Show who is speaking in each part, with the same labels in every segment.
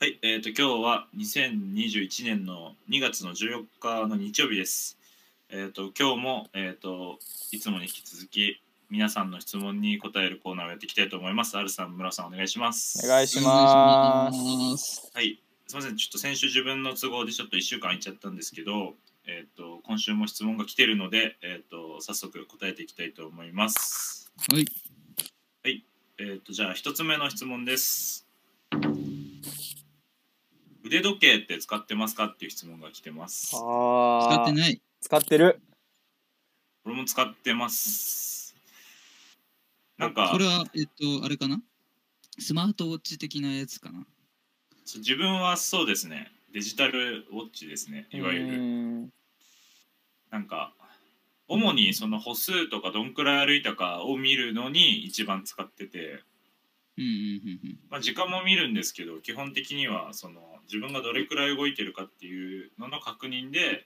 Speaker 1: はい、えっ、と今日は2021年の2月の14日の日曜日です。えっ、と今日もえっ、といつもに引き続き皆さんの質問に答えるコーナーをやっていきたいと思います。アルさん、村さんお願いします。
Speaker 2: お願いします
Speaker 3: お願いします。
Speaker 1: はい、すみません、ちょっと先週自分の都合でちょっと1週間空いちゃったんですけど、えっ、と今週も質問が来てるので、えっ、と早速答えていきたいと思います。
Speaker 3: はい。
Speaker 1: えっ、と、じゃあ、一つ目の質問です。腕時計って使ってますかっていう質問が来てます。こ
Speaker 2: あ
Speaker 3: 使
Speaker 2: あ
Speaker 3: ってない。
Speaker 2: 使ってる
Speaker 1: れも使ってます。なんか
Speaker 3: こ、れは、えっと、あれかなスマートウォッチ的なやつかな
Speaker 1: 自分はそうですね、デジタルウォッチですね、いわゆ
Speaker 2: う
Speaker 1: る。
Speaker 2: ん
Speaker 1: なんか、主にその歩数とかどんくらい歩いたかを見るのに一番使ってて、
Speaker 3: うんうんうん
Speaker 1: まあ、時間も見るんですけど、基本的にはその自分がどれくらい動いてるかっていうのの確認で、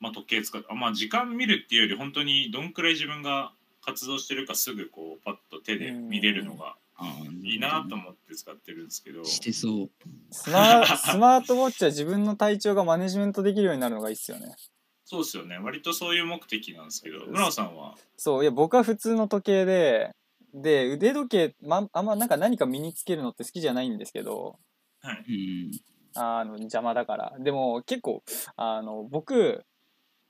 Speaker 1: まあ、時計使って、あまあ、時間見るっていうより本当にどんくらい自分が活動してるかすぐこうパッと手で見れるのが
Speaker 3: うん。
Speaker 1: いいなと
Speaker 3: 思
Speaker 1: 思って使ってるんですけど、
Speaker 3: してそう。
Speaker 2: スマ スマートウォッチは自分の体調がマネジメントできるようになるのがいいっすよね
Speaker 1: そうですよね、割とそういう目的なんですけど、村尾さんは
Speaker 2: そういや僕は普通の時計でで腕時計、まあんまなんか何か身につけるのって好きじゃないんですけど
Speaker 1: はい。
Speaker 3: うん。
Speaker 2: あの邪魔だからでも結構あの僕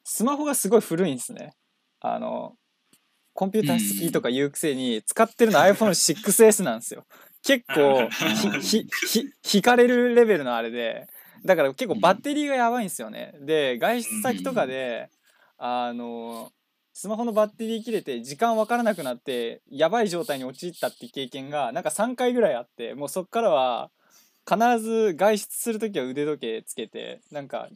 Speaker 2: スマホがすごい古いんですねあのコンピューター好きとか言うくせに使ってるの iPhone6S なんですよ結 構ひひひ引かれるレベルのあれでだから結構バッテリーがやばいんですよねで外出先とかであのスマホのバッテリー切れて時間わからなくなってやばい状態に陥ったって経験がなんか3回ぐらいあってもうそっからは必ず外出する時は腕時計つけてなんか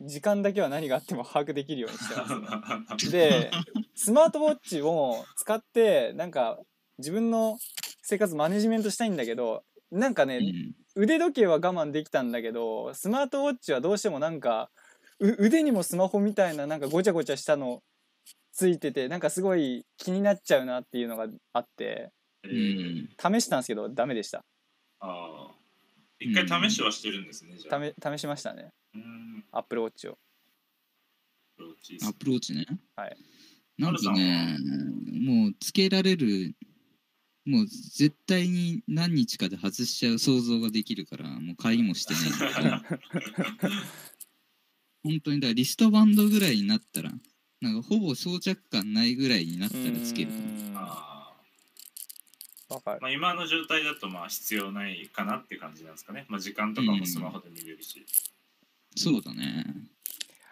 Speaker 2: 時間だけは何があっても把握できるようにしてますね。でスマートウォッチを使ってなんか自分の生活マネジメントしたいんだけどなんか
Speaker 3: う
Speaker 2: ね
Speaker 3: ん
Speaker 2: 腕時計は我慢できたんだけどスマートウォッチはどうしてもなんかう腕にもスマホみたいななんかごちゃごちゃしたのついててなんかすごい気になっちゃうなっていうのがあって
Speaker 1: え
Speaker 3: う
Speaker 1: ー
Speaker 3: ん。
Speaker 2: 試したんですけどダメでした
Speaker 1: ああ一回試しはしてるんですね、じゃあ。
Speaker 2: 試試しましたね
Speaker 1: うん、
Speaker 2: アップルウォッチを
Speaker 1: アプローチで
Speaker 3: ア
Speaker 1: す
Speaker 3: ップローチね。
Speaker 2: はい。
Speaker 3: なんかね、もうつけられる、もう絶対に何日かで外しちゃう想像ができるから、もう買いもして ないから。本当に、だからリストバンドぐらいになったら、なんかほぼ装着感ないぐらいになったらつけるかも。
Speaker 2: うーんわ
Speaker 1: あ
Speaker 2: か
Speaker 1: ー
Speaker 2: る
Speaker 1: まあ、今の状態だとまあ必要ないかなって感じなんですかね。まあ、時間とかもスマホで見れるし。
Speaker 3: そうだね。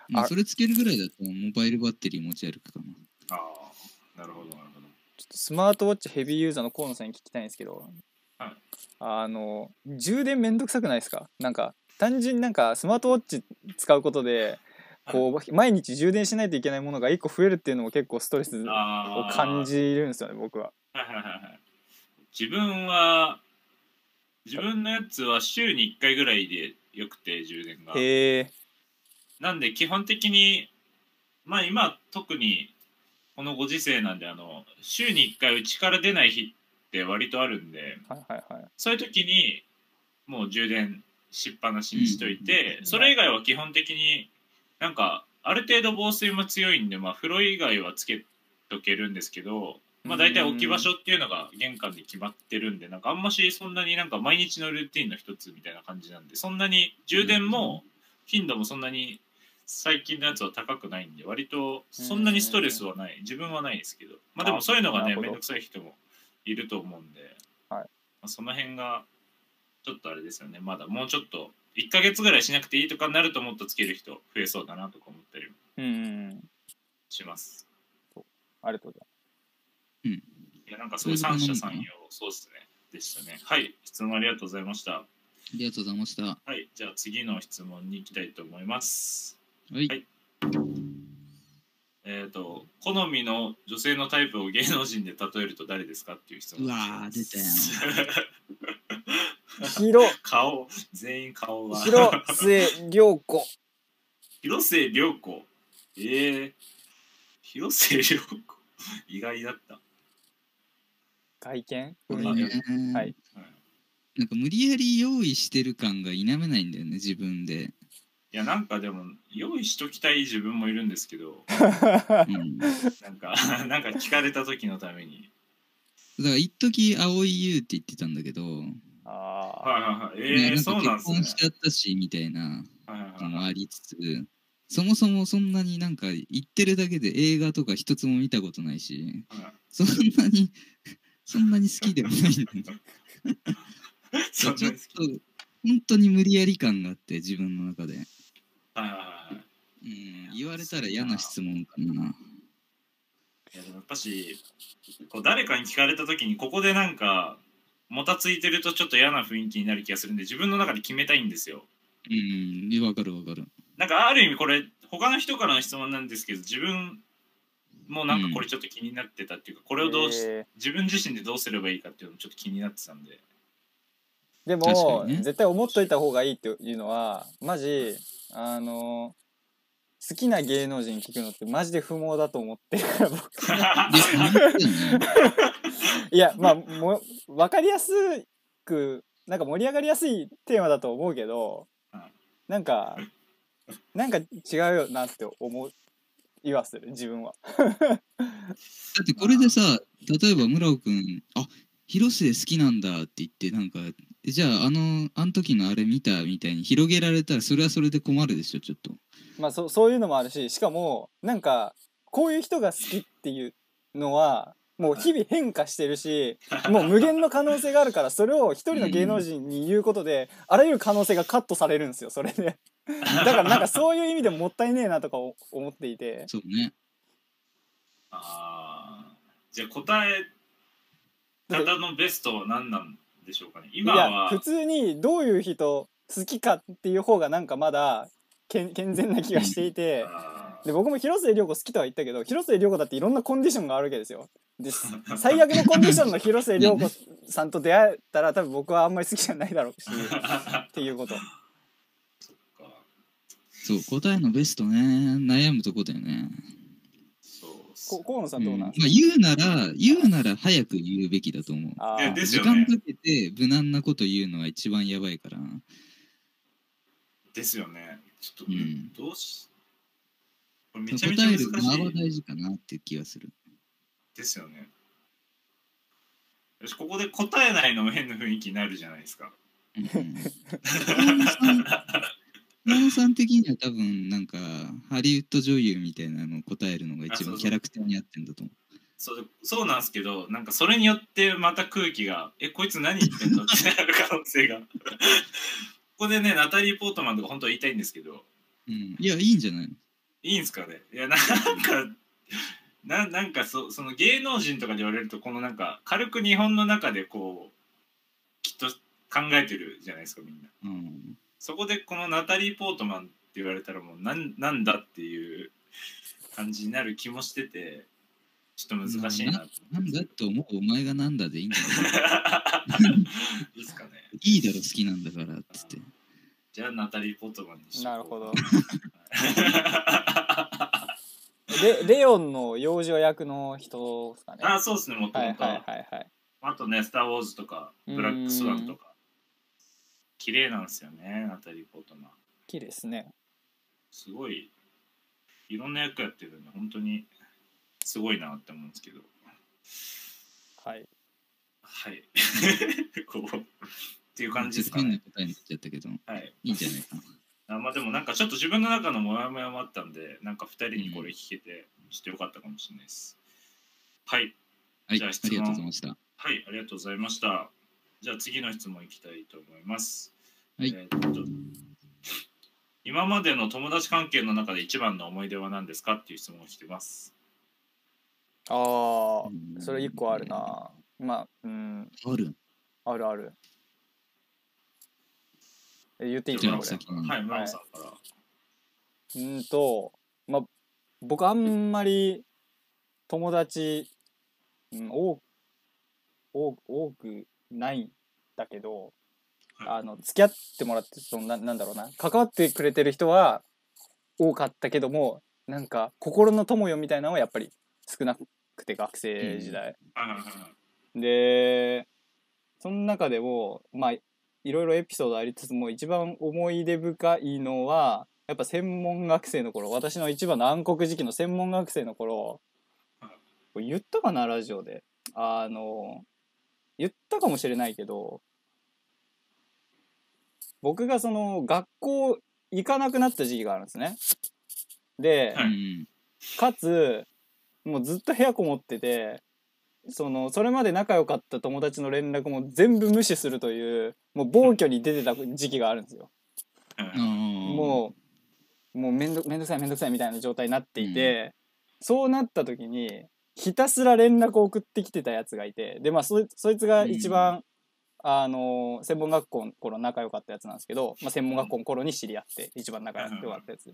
Speaker 3: まあ、
Speaker 2: あ
Speaker 3: それつけるぐらいだと、モバイルバッテリー持ち歩くかも。
Speaker 1: ああ、なるほど、なるほど。
Speaker 2: ちょっとスマートウォッチヘビーユーザーの河野さんに聞きたいんですけど、
Speaker 1: はい
Speaker 2: あの充電めんどくさくないですかなんか単純になんかスマートウォッチ使うことでこう、毎日充電しないといけないものが1個増えるっていうのも結構ストレスを
Speaker 1: ああ、
Speaker 2: 感。じるんですよね僕は。
Speaker 1: はいはいはいはい。自分は、自分のやつは週に1回ぐらいでよくて、充電が。
Speaker 2: へえ
Speaker 1: なんで基本的にまあ今特にこのご時世なんであの週に1回うちから出ない日って割とあるんで
Speaker 2: はいはいはい。
Speaker 1: そういう時にもう充電しっぱなしにしといて、
Speaker 2: うん
Speaker 1: それ以外は基本的になんかある程度防水も強いんでまあ風呂以外はつけとけるんですけど。まあ、大体置き場所っていうのが玄関で決まってるんでなんかあんましそんなになんか毎日のルーティンの一つみたいな感じなんでそんなに充電も頻度もそんなに最近のやつは高くないんで割とそんなにストレスはない自分はないですけどまあでもそういうのが
Speaker 2: なる
Speaker 1: ね
Speaker 2: ほど
Speaker 1: めんどくさい人もいると思うんで、
Speaker 2: はい
Speaker 1: まあ、その辺がちょっとあれですよねまだもうちょっと1ヶ月ぐらいしなくていいとかになるともっとつける人増えそうだなとか思ったりも
Speaker 2: うんうん
Speaker 1: します
Speaker 2: ありがとうござい
Speaker 1: いやなんかすごい三者三様そうですねでしたねはい質問ありがとうございました
Speaker 3: ありがとうございました。は
Speaker 1: はいじゃあ次の質問に行きたいと思います
Speaker 3: い。
Speaker 1: はいえー、と好みの女性のタイプを芸能人で例えると誰ですかっていう質問
Speaker 3: うわー出た
Speaker 1: 出たよ
Speaker 2: ます。 ひろ
Speaker 1: 顔全員顔は
Speaker 2: ひろ末涼子
Speaker 1: 広末涼子えー、広末涼子 意外だった、
Speaker 2: 外見
Speaker 3: これね
Speaker 1: は
Speaker 2: はい
Speaker 1: うん
Speaker 3: なんか無理やり用意してる感が否めないんだよね自分で、
Speaker 1: いやなんかでも用意しときたい自分もいるんですけど
Speaker 3: うん、だか
Speaker 1: なんか なんか聞かれた時のために
Speaker 3: ら一時青い優って言ってたんだけど、
Speaker 2: ああ、
Speaker 1: はいはいはいえー、
Speaker 3: ねなん
Speaker 1: そうなん
Speaker 3: か
Speaker 1: です
Speaker 3: 結
Speaker 1: ね
Speaker 3: 婚しちゃったしみたいな
Speaker 1: はいはい
Speaker 3: の
Speaker 1: はい
Speaker 3: もありつつそもそもそんなになんか言ってるだけで映画とか一つも見たことないし
Speaker 1: はい
Speaker 3: そんな にそんなに好きでもないんだよね
Speaker 1: そんな
Speaker 3: ちょっ
Speaker 1: に
Speaker 3: と
Speaker 1: 好き
Speaker 3: 本当に無理やり感があって自分の中で、
Speaker 1: はいはいはいはい
Speaker 3: うん、言われたら嫌な質問かな、
Speaker 1: いやでもやっぱしこう誰かに聞かれた時にここでなんかもたついてるとちょっと嫌な雰囲気になる気がするんで自分の中で決めたいんですよ
Speaker 3: うん、わかるわかる
Speaker 1: なんかある意味これ他の人からの質問なんですけど自分もなんかこれちょっと気になってたっていうか、これをどうし、
Speaker 2: えー
Speaker 1: 自分自身でどうすればいいかっていうのもちょっと気になってたんで
Speaker 2: で
Speaker 3: 確か
Speaker 2: も、
Speaker 3: にね
Speaker 2: 絶対思っといた方がいいっていうのはマジあの好きな芸能人聞くのってマジで不毛だと思ってる から僕
Speaker 3: いや本当だよね
Speaker 2: いやまあも分かりやすくなんか盛り上がりやすいテーマだと思うけど
Speaker 1: うん
Speaker 2: なんかなんか違うよなって思う言わする自分は。
Speaker 3: だってこれでさ例えば村尾くん「あ広末好きなんだ」って言ってなんか「えじゃああのあの時のあれ見た」みたいに広げられたらそれはそれで困るでしょちょっと。
Speaker 2: まあそそういうのもあるししかもなんかこういう人が好きっていうのはもう日々変化してるしもう無限の可能性があるからそれを一人の芸能人に言うことであらゆる可能性がカットされるんですよそれでだからなんかそういう意味でももったいねえなとかお思っていて
Speaker 3: そうね。
Speaker 1: あーじゃあ答え方のベストは何なんでしょうかね
Speaker 2: い
Speaker 1: 今
Speaker 2: や
Speaker 1: は
Speaker 2: 普通にどういう人好きかっていう方がなんかまだ健健全な気がしていて。
Speaker 1: あー
Speaker 2: で僕も広末涼子好きとは言ったけど広末涼子だっていろんなコンディションがあるわけですよ。で最悪のコンディションの広末涼子さんと出会えたら多分僕はあんまり好きじゃないだろう しっていうこと。
Speaker 3: そう答えのベストね悩むとこだよね。
Speaker 1: そうっす
Speaker 2: こ河野さん
Speaker 3: う
Speaker 2: どうんな
Speaker 3: まあ
Speaker 2: んですか、
Speaker 3: 言うなら言うなら早く言うべきだと思う。
Speaker 2: あ
Speaker 1: いや
Speaker 2: ー
Speaker 1: です
Speaker 3: 時
Speaker 1: よね
Speaker 3: 間かけて無難なこと言うのは一番やばいから。
Speaker 1: ですよねちょっと、
Speaker 3: うん
Speaker 1: どうしこれめちゃめちゃ
Speaker 3: 答え
Speaker 1: 難
Speaker 3: る側は
Speaker 1: しい
Speaker 3: 大事かなっていう気がする。
Speaker 1: ですよねよしここで答えないのも変な雰囲気になるじゃないですか
Speaker 3: うん河野さん河野さん的には多分なんかハリウッド女優みたいなのを答えるのが
Speaker 1: あそう
Speaker 3: 一
Speaker 1: そう
Speaker 3: 番キャラクターに合ってんだと思う。
Speaker 1: そうそうなんですけどなんかそれによってまた空気が「えこいつ何言ってんの?」ってなる可能性がここでねナタリー・ポートマンとか本当は言いたいんですけど
Speaker 3: うん、いやいいんじゃないの
Speaker 1: いいんですかねいやなんかななんかそその芸能人とかで言われるとこのなんか軽く日本の中でこうきっと考えてるじゃないですかみんな
Speaker 3: うん、
Speaker 1: そこでこのナタリー・ポートマンって言われたらもうなんなんだっていう感じになる気もしててちょっと難しいなと
Speaker 3: な
Speaker 1: 思って
Speaker 3: んだと思うお前がなんだでいいんだよ
Speaker 1: いいですかね
Speaker 3: いいだろ好きなんだからっつって
Speaker 1: じゃあナタリー・ポートマンにし
Speaker 2: なるほど。
Speaker 1: あ
Speaker 2: でレオンの幼女役の人ですかね。は
Speaker 1: そうですねもと
Speaker 2: いは
Speaker 1: も
Speaker 2: い
Speaker 1: と
Speaker 2: はいはい。
Speaker 1: あとね「スター・ウォーズ」とか「ブラック・スワン」とか綺麗なんですよねナタリー・ポートマン
Speaker 2: 綺麗ですね。
Speaker 1: すごいいろんな役やってるんで本当にすごいなって思うんですけど
Speaker 2: はい。
Speaker 1: はい こうっていう感じですか
Speaker 3: 変な
Speaker 1: ね
Speaker 3: 答えになっちゃったけどい
Speaker 1: はい
Speaker 3: いんじゃないかな
Speaker 1: あまあでもなんかちょっと自分の中のモヤモヤもあったんでなんか2人にこれ聞けてちょっとよかったかもしれないですはい
Speaker 3: はい
Speaker 1: じゃあ質
Speaker 3: あ
Speaker 1: 問
Speaker 3: りがとうございました
Speaker 1: はい、ありがとうございました。じゃあ次の質問いきたいと思います。
Speaker 3: はい
Speaker 1: えーっと今までの友達関係の中で一番の思い出は何ですかっていう質問をしてます。
Speaker 2: ああ
Speaker 3: うん
Speaker 2: それ一個あるな。まあうん
Speaker 3: ある
Speaker 2: あるある。え言っていい
Speaker 1: じ
Speaker 2: です
Speaker 1: ゃ
Speaker 2: か
Speaker 1: あ
Speaker 2: これ。
Speaker 3: 先に
Speaker 1: はい、村尾さんから。
Speaker 2: うーんとまあ僕あんまり友達、うん、多く多く多くないんだけど
Speaker 1: はい
Speaker 2: あの付き合ってもらってそのななんだろうな関わってくれてる人は多かったけどもなんか心の友よみたいなのはやっぱり少なくて学生時代、
Speaker 1: はいはいはいはい
Speaker 2: でその中でもまあいろいろエピソードありつつも一番思い出深いのはやっぱ専門学生の頃私の一番の暗黒時期の専門学生の頃これ言ったかなラジオであの言ったかもしれないけど僕がその学校行かなくなった時期があるんですね。で、
Speaker 1: はい
Speaker 3: うん
Speaker 2: かつもうずっと部屋こもっててそのそれまで仲良かった友達の連絡も全部無視するというもう暴挙に出てた時期があるんですよ。
Speaker 3: あー
Speaker 2: もうもうめんどめんどくさいめんどくさいみたいな状態になっていて、そうなった時にひたすら連絡を送ってきてたやつがいてでまあそいそいつが一番、あの専門学校の頃仲良かったやつなんですけど、まあ、専門学校の頃に知り合って一番仲良かったやつ。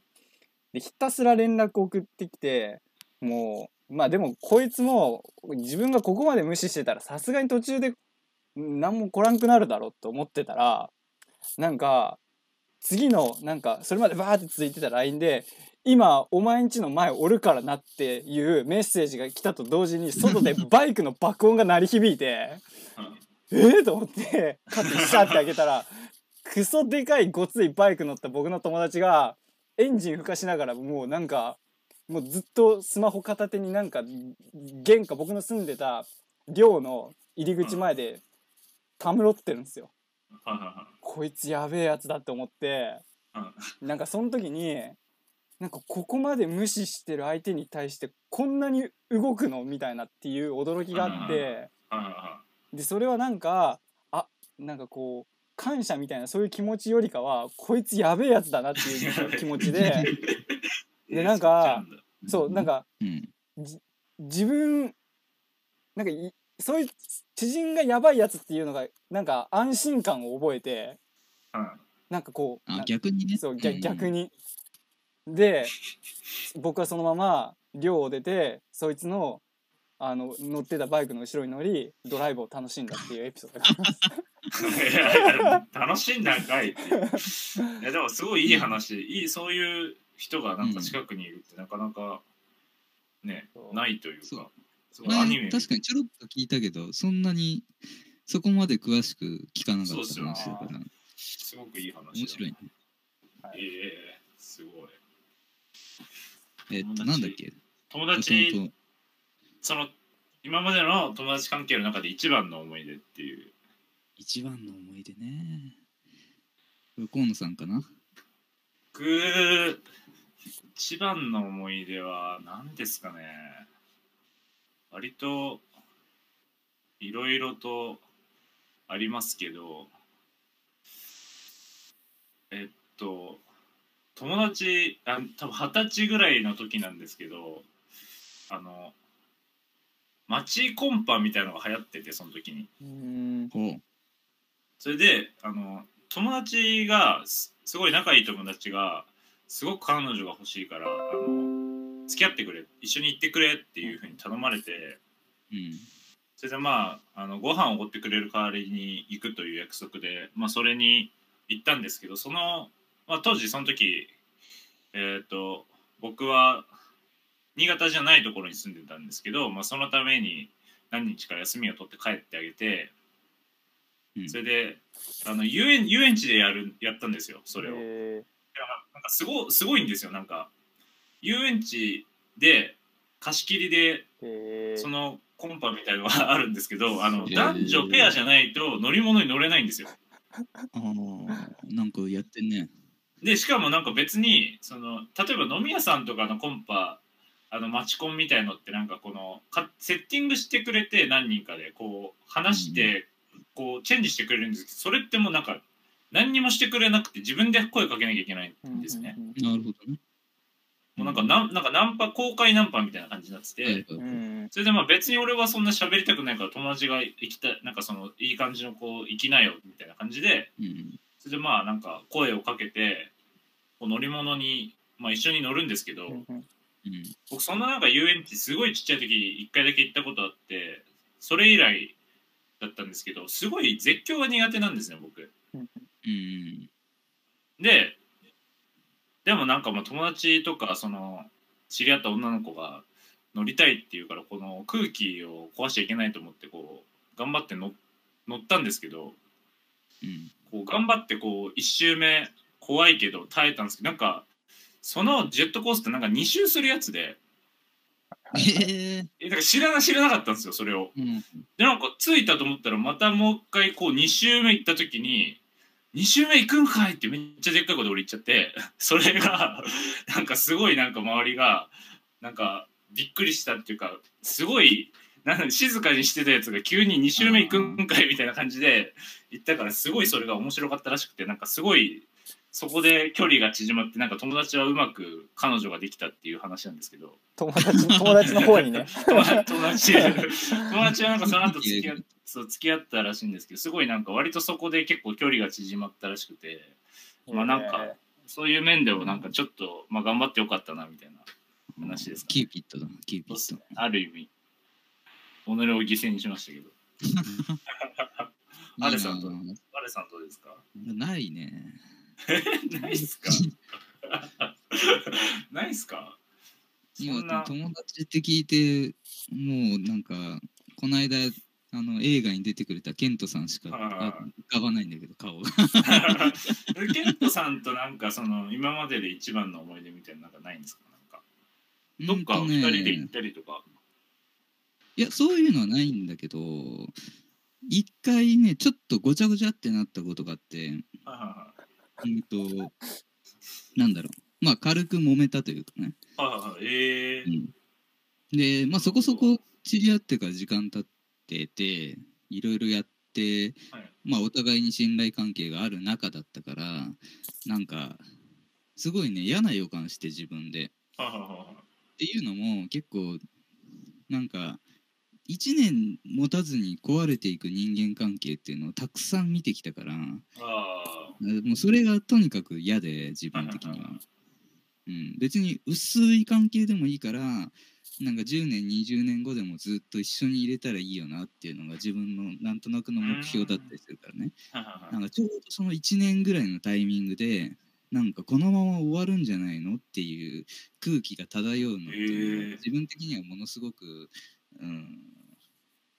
Speaker 2: でひたすら連絡を送ってきてもうまあでもこいつも自分がここまで無視してたらさすがに途中でん何も来らんくなるだろうと思ってたらなんか次のなんかそれまでバーって続いてた LINE で「今お前んちの前おるからな」っていうメッセージが来たと同時に外でバイクの爆音が鳴り響いて「えーと思ってカッてシャって開けたらクソでかいごついバイク乗った僕の友達がエンジンふかしながらもうなんかもうずっとスマホ片手になんか玄関僕の住んでた寮の入り口前でたむろってるんですよ。こいつやべえやつだって思ってなんかその時になんかここまで無視してる相手に対してこんなに動くのみたいなっていう驚きがあってでそれはなんかあなんかこう感謝みたいなそういう気持ちよりかはこいつやべえやつだなって いう気持ちででなんかそうなんか
Speaker 3: うん
Speaker 2: 自分なんかいそういう知人がやばいやつっていうのがなんか安心感を覚えてなんかこう
Speaker 3: あ
Speaker 2: な
Speaker 3: 逆にね
Speaker 2: そう逆逆
Speaker 3: に
Speaker 2: に。で僕はそのまま寮を出てそいつのあの乗ってたバイクの後ろに乗りドライブを楽しんだっていうエピソードがあります
Speaker 1: 楽しんだんかいっていういやでもすごいいい話いいそういう人がなんか近くにいるってなかなかね
Speaker 2: そう
Speaker 1: ないという
Speaker 3: そう
Speaker 1: かそうアニメ
Speaker 3: 前確かにちょろっと聞いたけどそんなにそこまで詳しく聞かなか
Speaker 1: そうっ
Speaker 3: った
Speaker 1: すよ
Speaker 3: 話だから
Speaker 1: すごくいい話だ
Speaker 3: 面白いね
Speaker 1: ええすごい
Speaker 3: えっと
Speaker 1: 友達
Speaker 3: なんだっけ
Speaker 1: 友達その今までの友達関係の中で一番の思い出っていう
Speaker 3: 一番の思い出ねこれ河野さんかな
Speaker 1: 僕一番の思い出は何ですかね割といろいろとありますけどえっと友達あ多分二十歳ぐらいの時なんですけどあの町コンパみたいなのが流行っててその時に
Speaker 2: うーん
Speaker 3: ほう
Speaker 1: それであの友達がすすごい仲いい友達がすごく彼女が欲しいからあの付き合ってくれ一緒に行ってくれっていうふうに頼まれて
Speaker 3: うん
Speaker 1: それでまああのご飯をおごってくれる代わりに行くという約束で、まあ、それに行ったんですけどその、まあ、当時その時えっ、と僕は新潟じゃないところに住んでたんですけど、まあ、そのために何日か休みを取って帰ってあげて
Speaker 3: うん
Speaker 1: それであの遊園遊園地でやるやったんですよそれを。
Speaker 2: え
Speaker 1: なんかすごすごいんですよなんか遊園地で貸し切りで
Speaker 2: ーえー
Speaker 1: そのコンパみたいのがあるんですけどあの
Speaker 3: へー
Speaker 1: 男女ペアじゃないと乗り物に乗れないんですよ。
Speaker 3: ああなんかやってんね
Speaker 1: でしかもなんか別にその例えば飲み屋さんとかのコンパあのマチコンみたいのってなんかこのかセッティングしてくれて何人かでこう話してこうチェンジしてくれるんですけどそれってもうなんか何にもしてくれなくて自分で声かけなきゃいけないんですね。
Speaker 2: うん
Speaker 3: なるほどね
Speaker 1: もうなんかなんなんかナンパ公開ナンパみたいな感じになってて。
Speaker 3: はい
Speaker 2: うんう
Speaker 3: はい
Speaker 2: ん
Speaker 1: それでまあ別に俺はそんな喋りたくないから友達が行きたいなんかそのいい感じのこう行きなよみたいな感じで
Speaker 3: うん
Speaker 1: それでまあなんか声をかけてこう乗り物に、まあ、一緒に乗るんですけど
Speaker 2: うんうん
Speaker 3: うん
Speaker 1: 僕そんななんか遊園地すごいちっちゃい時一回だけ行ったことあってそれ以来だったんですけどすごい絶叫が苦手なんですね僕。
Speaker 3: うん
Speaker 1: ででもなんかまあ友達とかその知り合った女の子が乗りたいっていうからこの空気を壊しちゃいけないと思ってこう頑張って乗乗ったんですけど
Speaker 3: うん。
Speaker 1: こう頑張ってこう1周目怖いけど耐えたんですけどなんかそのジェットコースターなんか2周するやつで
Speaker 3: へえ。
Speaker 1: えだから知らな知らなかったんですよそれを。
Speaker 3: うん。
Speaker 1: でなんか着いたと思ったらまたもう一回こう2周目行った時に2周目行くんかいってめっちゃでっかいこと俺言っちゃって それがなんかすごいなんか周りがなんかびっくりしたっていうかすごいなんか静かにしてたやつが急に2周目行くんかいみたいな感じで行ったからすごいそれが面白かったらしくてなんかすごいそこで距離が縮まってなんか友達はうまく彼女ができたっていう話なんですけど
Speaker 2: 友達友達の方にね
Speaker 1: 友 達友達はなんかその後付き合っそう付き合ったらしいんですけどすごいなんか割とそこで結構距離が縮まったらしくてまあなんか
Speaker 2: え
Speaker 1: そういう面でもなんかちょっと、まあ、頑張ってよかったなみたいな話ですか
Speaker 3: キューピットだな、キューピ
Speaker 1: そうっ
Speaker 3: ッ
Speaker 1: す
Speaker 3: ト
Speaker 1: ね。ある意味己を犠牲にしましたけどあれさんと
Speaker 3: いいな
Speaker 1: 我さんどうです か
Speaker 3: 俺な いね。
Speaker 1: ないっすかないっすかそ
Speaker 3: 今
Speaker 1: んな
Speaker 3: 友達って聞いて、もうなんか、この間、あの映画に出てくれたケントさんしか
Speaker 1: あー
Speaker 3: 浮かばないんだけど、顔が。
Speaker 1: ケントさんとなんかその今までで一番の思い出みたいなのなんかないんですかなんか どっか
Speaker 3: うんと
Speaker 1: 二
Speaker 3: ね
Speaker 1: 人で行ったりとか。
Speaker 3: いや、そういうのはないんだけど、一回ね、ちょっとごちゃごちゃってなったことがあっ
Speaker 1: は
Speaker 3: て、
Speaker 1: いは
Speaker 3: うんと、なんだろう、まあ軽く揉めたというかね。
Speaker 1: いはいはいはい。ええ
Speaker 3: う。んで、まあそこそこ知り合ってから時間経ってて、いろいろやって、
Speaker 1: はい
Speaker 3: まあお互いに信頼関係がある中だったから、なんか、すごいね、嫌な予感して自分で。
Speaker 1: はいはいはいはい。
Speaker 3: っていうのも結構なんか1年持たずに壊れていく人間関係っていうのをたくさん見てきたから
Speaker 1: あ
Speaker 3: もうそれがとにかく嫌で自分的には、うん、別に薄い関係でもいいからなんか10年20年後でもずっと一緒に入れたらいいよなっていうのが自分のなんとなくの目標だったりするからね
Speaker 1: あ。はいはい
Speaker 3: な
Speaker 1: はい
Speaker 3: んかちょうどその1年ぐらいのタイミングでなんかこのまま終わるんじゃないのっていう空気が漂うのっていうの
Speaker 1: へえ
Speaker 3: が自分的にはものすごく、うん、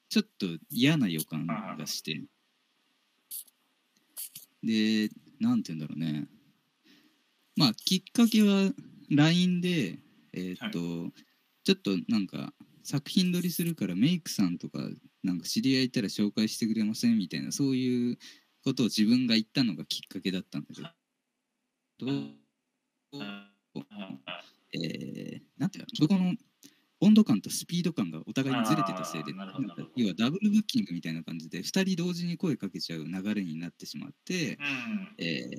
Speaker 3: ちょっと嫌な予感がしてでなんて言うんだろうねまあきっかけは LINE でえーっと、ちょっとなんか作品撮りするからメイクさんとかなんか知り合いいたら紹介してくれませんみたいなそういうことを自分が言ったのがきっかけだったんだけど。えー、なんていうのそこの温度感とスピード感がお互いにずれてたせいで
Speaker 1: あーなるほどなるほど
Speaker 3: 要はダブルブッキングみたいな感じで2人同時に声かけちゃう流れになってしまって、
Speaker 1: うん。
Speaker 3: えー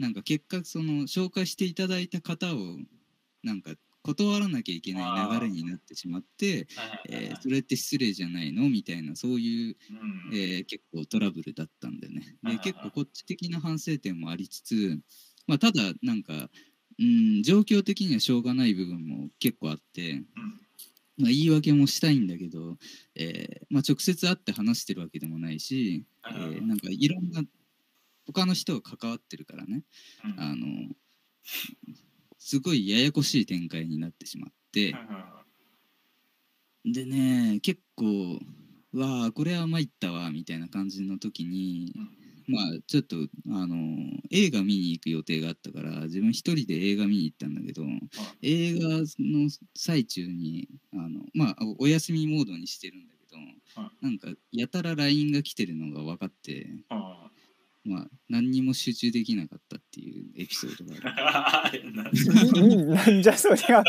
Speaker 3: なんか結果その紹介していただいた方をなんか断らなきゃいけない流れになってしまって、
Speaker 1: はいはいはい
Speaker 3: え
Speaker 1: は
Speaker 3: ー
Speaker 1: い
Speaker 3: それって失礼じゃないのみたいなそういう、
Speaker 1: うん
Speaker 3: えー結構トラブルだったんだよね。
Speaker 1: はい
Speaker 3: で
Speaker 1: はいはい
Speaker 3: 結構こっち的な反省点もありつつ、まあ、ただなんか、うん、状況的にはしょうがない部分も結構あって、
Speaker 1: うん
Speaker 3: まあ、言い訳もしたいんだけど、えーまあ、直接会って話してるわけでもないし、え
Speaker 1: はいはいはい
Speaker 3: ーなんかいろんな他の人が関わってるからね
Speaker 1: うん
Speaker 3: あのすごいややこしい展開になってしまっ
Speaker 1: は
Speaker 3: て。
Speaker 1: いはいは
Speaker 3: でね結構うわあこれは参ったわみたいな感じの時に、まあちょっとあの映画見に行く予定があったから自分一人で映画見に行ったんだけど、映画の最中にあのまあおお休みモードにしてるんだけど、
Speaker 1: は
Speaker 3: なんかやたら LINE が来てるのが分かって
Speaker 1: いは
Speaker 3: まあ何にも集中できなかったっていうエピソードがある。
Speaker 1: いなんで
Speaker 2: ーなんじゃそりゃ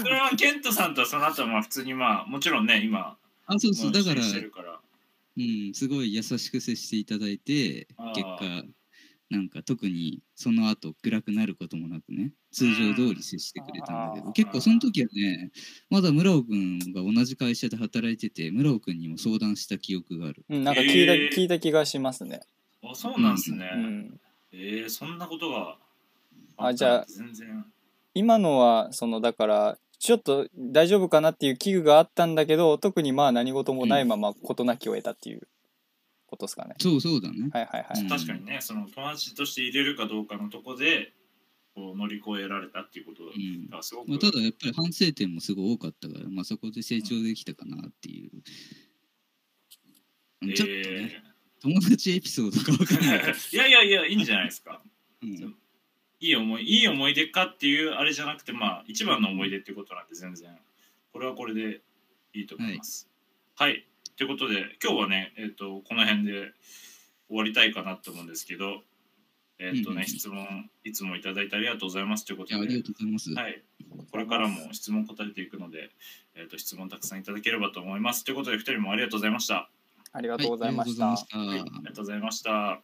Speaker 1: それはケントさんとはその後はまあ普通にまあもちろんね今
Speaker 3: あそうそう
Speaker 1: まあ
Speaker 3: だから
Speaker 1: してるから
Speaker 3: うん、すごい優しく接していただいて
Speaker 1: あー
Speaker 3: 結果なんか特にその後暗くなることもなくね通常通り接してくれたんだけ
Speaker 2: あ
Speaker 3: ど
Speaker 2: ー
Speaker 3: 結構その時はねまだ村尾君が同じ会社で働いてて村尾君にも相談した記憶がある
Speaker 2: うんなんか聞いた、
Speaker 1: えー
Speaker 2: 聞いた気がしますね、
Speaker 1: あそうなんです
Speaker 2: う
Speaker 1: ね
Speaker 2: ん、
Speaker 1: ええそんなことが
Speaker 2: あじゃあ
Speaker 1: 全然
Speaker 2: 今のはそのだからちょっと大丈夫かなっていう危惧があったんだけど特にまあ何事もないまま事なきを得たっていうことですかね、
Speaker 3: そうそうだね
Speaker 2: はいはいは
Speaker 3: う
Speaker 2: い
Speaker 3: ん
Speaker 1: 確かにねその友達として入れるかどうかのとこでこう乗り越えられたっていうことだ
Speaker 3: うん
Speaker 1: からすごく、
Speaker 3: まあ、ただやっぱり反省点もすごい多かったから、まあ、そこで成長できたかなっていう
Speaker 1: え
Speaker 3: ちょっとね、友達エピソードかわかんない。
Speaker 1: ーいやいやいやいいんじゃないですか
Speaker 3: うん
Speaker 1: いい思いいい思い出かっていうあれじゃなくてまあ一番の思い出ってことなんで全然これはこれでいいと思いますはい、ということで今日はねえっ、とこの辺で終わりたいかなと思うんですけどえっ、と
Speaker 3: うんうんう
Speaker 1: ね、
Speaker 3: ん
Speaker 1: 質問いつもいただいてありがとうございますというこ
Speaker 3: いや、
Speaker 1: と
Speaker 3: あり
Speaker 1: で
Speaker 3: がとうございます。
Speaker 1: はい、これからも質問答えていくので、えっと質問たくさんいただければと思いますということで2人もありがとうございました
Speaker 2: ありが
Speaker 3: は
Speaker 2: とうございました。
Speaker 3: ありがとうございま
Speaker 1: ありがとうございました